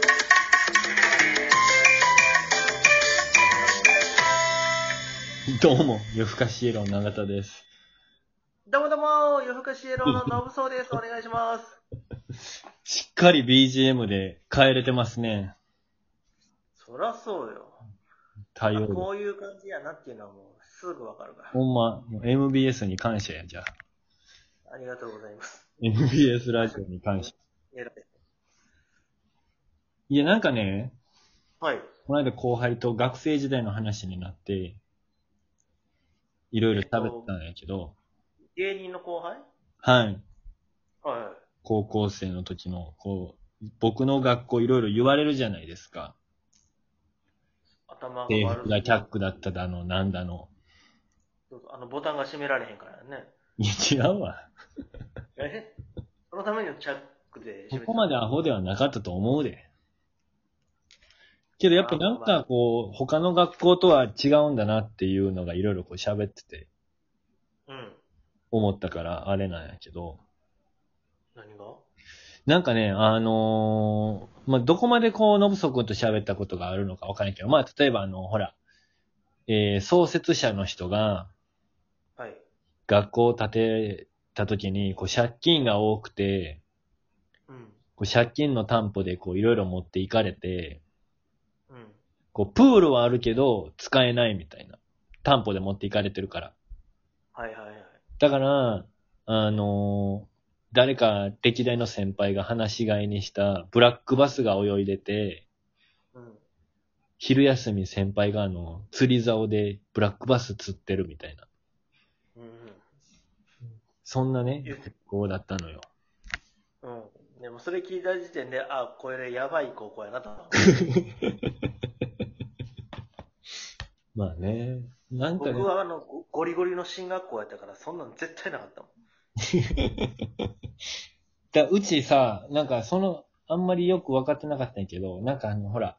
どうも、夜更かしイエロー永田です。どうもどうも、夜更かしエローのノブソウです。お願いします。しっかり BGM で変えれてますね。そらそうよ。対あ応こ力。ういう感じやなっていうのはもうすぐわかるから。ほんま、もう MBS に感謝や、じゃあ。ありがとうございます。 MBS ラジオに感謝。えらい。いや、なんかね、はい。この間後輩と学生時代の話になって、いろいろ喋ってたんやけど、芸人の後輩はい。はいはい。高校生の時の、こう、僕の学校いろいろ言われるじゃないですか。頭が制悪服がいキャックだっただの、なんだの。そうそうあの、ボタンが閉められへんからね。いや、違うわ。えそのためにチャックで閉めそてこまでアホではなかったと思うで。けどやっぱなんかこう、他の学校とは違うんだなっていうのがいろいろこう喋っててうん。思ったからあれなんやけど、何がなんかね、あのーまあ、どこまでこう、のぶそくんと喋ったことがあるのかわかんないけど、まあ、例えばあの、ほら、えー創設者の人がはい。学校を建てた時に、こう、借金が多くて、うん。こう、借金の担保でこう、いろいろ持っていかれて、うん。こう、プールはあるけど、使えないみたいな。担保で持っていかれてるから。はいはいはい。だから、あのー誰か歴代の先輩が話し飼いにしたブラックバスが泳いでて、うん。昼休み先輩があの、釣り竿でブラックバス釣ってるみたいな。うんそんなねえ、こうだったのよ。うん。うん。でもそれ聞いた時点で、あ、これやばい高校やなと思う。まあね。なんかね僕、はあの、ゴゴリゴリの進学校やったから、そんなん絶対なかったもん。だうちさ、なんかその、あんまりよく分かってなかったんやけど、なんかあの、ほら、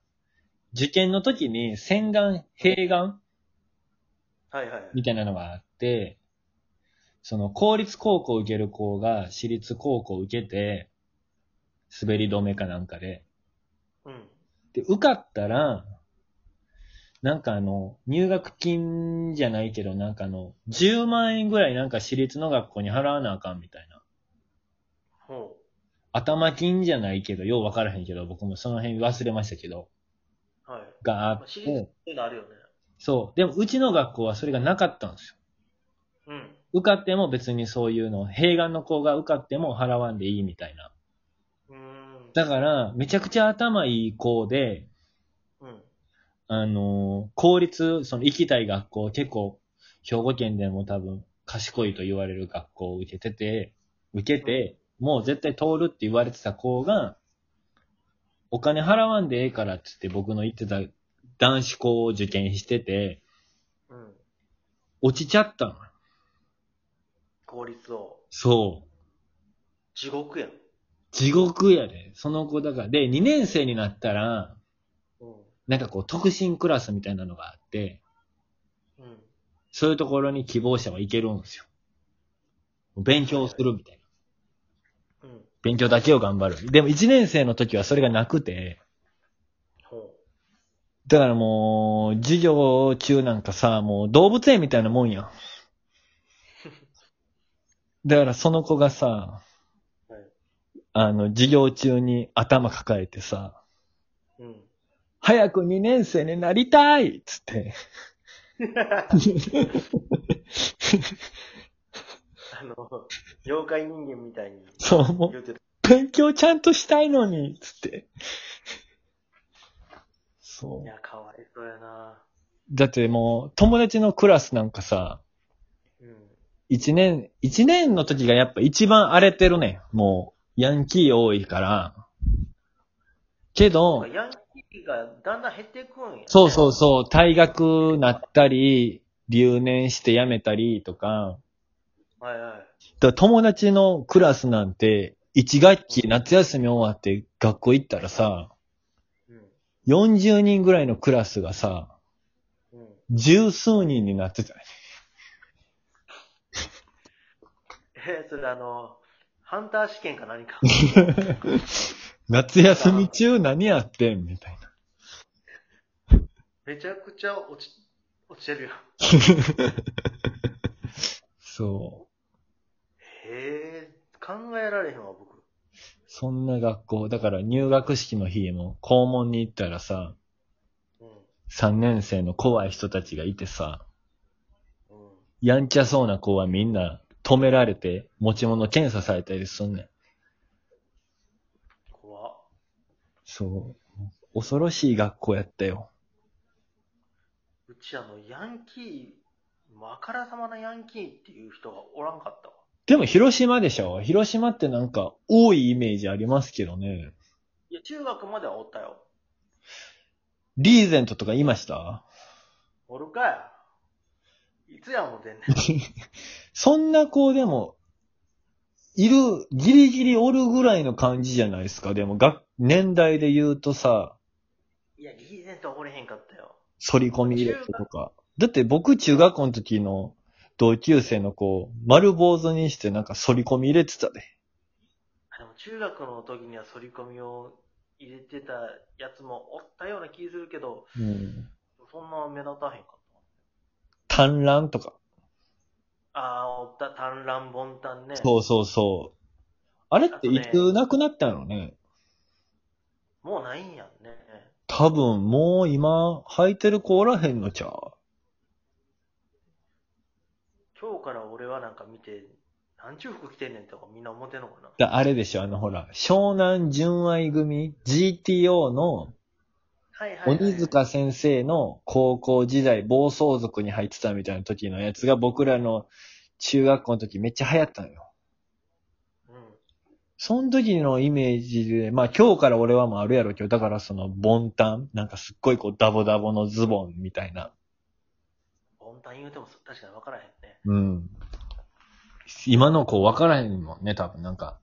受験の時に洗顔、併願はいはい。みたいなのがあって、その、公立高校受ける子が私立高校受けて、滑り止めかなんかで。うん。で、受かったら、なんかあの、入学金じゃないけど、なんかあの、10万円ぐらいなんか私立の学校に払わなあかんみたいな。ほ頭金じゃないけど、ようわからへんけど、僕もその辺忘れましたけど、う。はい。があまあ、っ、私立ってていうのあるよね。そう。でも、うちの学校はそれがなかったんですよ。うん。受かっても別にそういうの、併願の子が受かっても払わんでいいみたいな。うーん。だから、めちゃくちゃ頭いい子で、うん。あのー公立、その行きたい学校、結構、兵庫県でも多分、賢いと言われる学校を受けてて、受けて、もう絶対通るって言われてた子が、お金払わんでええからってって僕の言ってた男子校を受験してて、うん。落ちちゃったの。効率を。そう。地獄やん。地獄やで。その子だから。で、2年生になったら、うん。なんかこう、特進クラスみたいなのがあって、うん。そういうところに希望者はいけるんですよ。勉強するみたいな。うん。勉強だけを頑張る。でも1年生の時はそれがなくて、ほだからもう、授業中なんかさ、もう動物園みたいなも んやん。だからその子がさ、う。はい。あの、授業中に頭抱えてさ、 うん。早く2年生になりたいっつって。あの、妖怪人間みたいにそう、もう言うてた。勉強ちゃんとしたいのに、つって。そ。いうや、かわいそうやな。だってもう、友達のクラスなんかさ、うん。一年、一年の時がやっぱ一番荒れてるね。もう、ヤンキー多いから。けど、ヤンキーがだんだん減っていくんや、ね。そうそうそう、退学なったり、留年して辞めたりとか、う。はいはだい。から友達のクラスなんて、一学期夏休み終わって学校行ったらさ、うん。 40人ぐらいのクラスがさ、うん。十数人になってた。 えー、それあの、ハンター試験か何か。夏休み中何やってんみたいな。めちゃくちゃ落ち、落ちてるよ。そう。へえ、考えられへんわ、僕。そんな学校、だから入学式の日も校門に行ったらさ、う3年生の怖い人たちがいてさ、ん。うん。やんちゃそうな子はみんな止められて持ち物検査されたりすんねん。怖っそう。恐ろしい学校やったよ。うちあの、ヤンキー、もうあからさまなヤンキーっていう人がおらんかったわ。でも広島でしょ広島ってなんか多いイメージありますけどね。いや、中学まではおったよ。リーゼントとかいましたおるかや。いつやもう全然。そんな子でも、いる、ギリギリおるぐらいの感じじゃないですか。でも、が、年代で言うとさ、いや、リーゼントおれへんかったよ。反り込み入れてとか。だって僕中学校の時の同級生の子、丸坊主にしてなんか反り込み入れてたで。あでも中学の時には反り込みを入れてたやつもおったような気するけど、うん。そんな目立たへんかった。単乱とか。ああ、おった、単乱ボンタンね。そうそうそう。あれっていつなくなったのね。もうないんやんね。多分もう今履いてる子おらへんのちゃう。今日から俺はなんか見て、何ちゅう服着てんねんとかみんな思ってんのかな。だあれでしょ、あのほら、湘南純愛組 GTO のはいはい、はい。鬼塚先生の高校時代暴走族に入ってたみたいな時のやつが僕らの中学校の時めっちゃ流行ったのよ。うん。その時のイメージで、まあ今日から俺はもうあるやろ今日、だからそのボンタン、なんかすっごいこうダボダボのズボンみたいな。ボンタン言うても確かに分からへんね。うん。今の子分からへんもんね、多分なんか。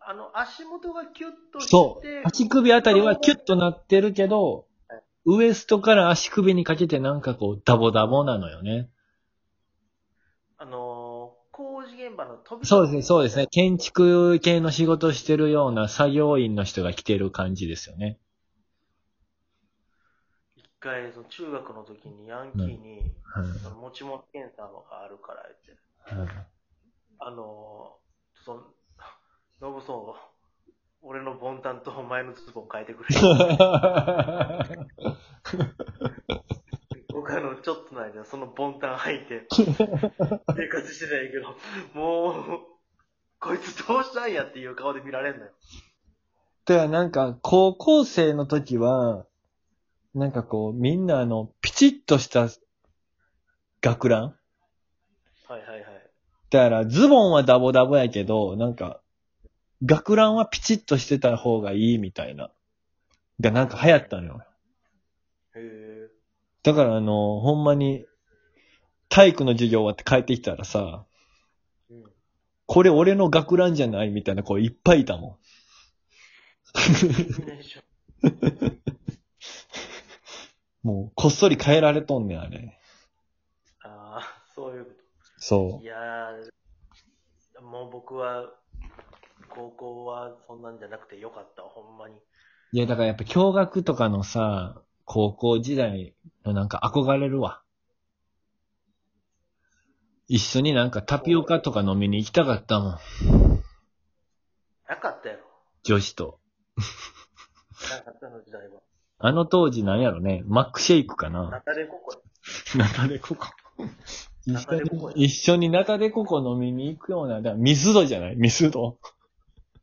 あの、足元がキュッとして、そう。足首あたりはキュッとなってるけど、ウエストから足首にかけてなんかこうダボダボなのよね。あのー工事現場の飛びそうですね、そうですね。。建築系の仕事をしてるような作業員の人が来てる感じですよね。一回、その中学の時にヤンキーに、 その持ち物検査があるから言って、あのー、その、ノブソン、俺のボンタンとお前のズボン変えてく れ。僕あの、ちょっとの間、そのボンタン履いて、生活してたんやけど、もう、こいつどうしたんやっていう顔で見られんのよ。だからなんか、高校生の時は、なんかこう、みんなあの、ピチッとした学ランはいはいはい。だから、ズボンはダボダボやけど、なんか、学ランはピチッとしてた方がいいみたいな。がなんか流行ったのよ。へえ。だからあの、ほんまに、体育の授業終わって帰ってきたらさ、うん。これ俺の学ランじゃないみたいな子いっぱいいたもみんな一緒ん。もう、こっそり変えられとんねん、あれ。ああ、そういうこそと。いやー、もう僕は、高校はそんなんじゃなくてよかったわ、ほんまに。う。いや、だからやっぱ驚学とかのさ、高校時代のなんか憧れるわ。一緒になんかタピオカとか飲みに行きたかったもん。なかったよ。女子と。なかったの時代は。あの当時なんやろね、マックシェイクかナな。タデココナタデココ。一ナタ緒デココに、一緒にナタデココ飲みに行くような、だからミスドじゃないミスド。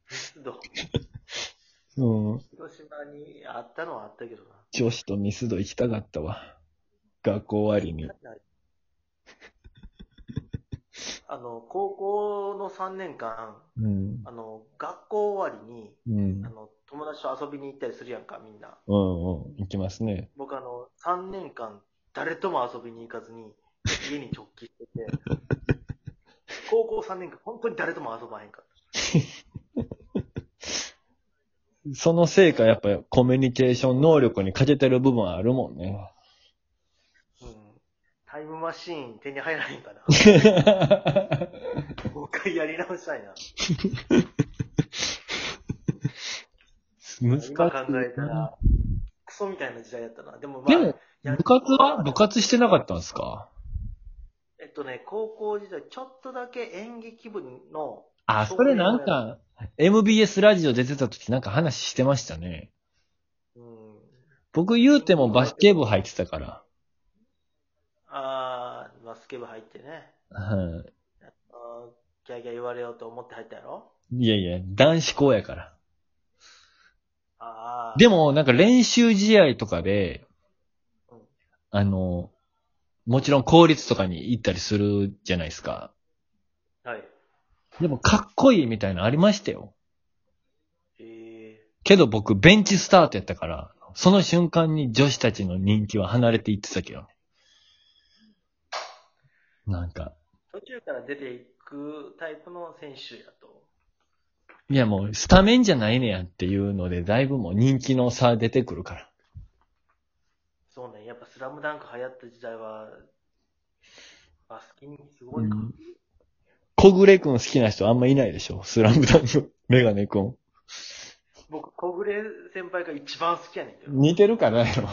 ですどううん。広島にあったのはあったけどな。女子とミスド行きたかったわ。学校終わりに。 あの、高校の3年間、うん。あの、学校終わりに、うん。あの、友達と遊びに行ったりするやんか、みんな。うんうん。行きますね。僕あの、3年間、誰とも遊びに行かずに、家に直帰して て、高校3年間、本当に誰とも遊ばへんかっそのせいか、やっぱりコミュニケーション能力に欠けてる部分はあるもん ね。た。うん。タイムマシーン手に入らへん かな。もう一回やり直したいな。難しい。今考えたら、クソみたいな時代やったな。でもまあ、でも、部活は部活してなかったんですかえっとね、高校時代、ちょっとだけ演劇部の、あ、それなんか、MBS ラジオ出てた時なんか話してましたね。うん、僕言うてもバスケ部入ってたから。あー、バスケ部入ってね、はあーギャーギャー言われようと思って入ったやろい。いやいや、男子校やから。あー。でも、も、なんか練習試合とかでうん、あの、もちろん公立とかに行ったりするじゃないですか。はい。でも、かっこいいみたいなのありましたよ。えーけど僕、ベンチスタートやったから、その瞬間に女子たちの人気は離れていってたけどね。なんか、途中から出ていくタイプの選手やと。いやもう、スタメンじゃないねやっていうので、だいぶもう人気の差出てくるから。そうね、やっぱスラムダンク流行った時代は、バスケにすごいか。小暮くん好きな人あんまいないでしょスラムダンク、メガネくん。僕、小暮先輩が一番好きやねんけど。似てるからやろ。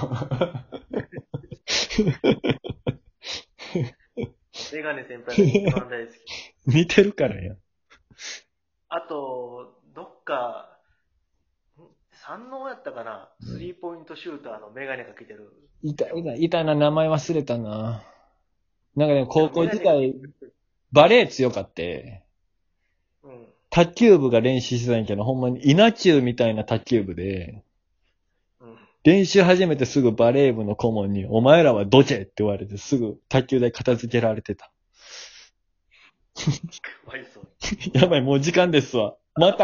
メガネ先輩が一番大好 き。似てるからや。あと、どっか、ん山王やったかな、スリーポイントシューターのメガネかけてる。いた、いた、いたな、名前忘れたな。なんかね、高校時代、バレー強かって、うん。卓球部が練習してたんやけど、ほんまに稲中みたいな卓球部で、うん。練習始めてすぐバレー部の顧問に、お前らはどけって言われて、すぐ卓球台片付けられてた。かわいそう。やばい、もう時間ですわ。また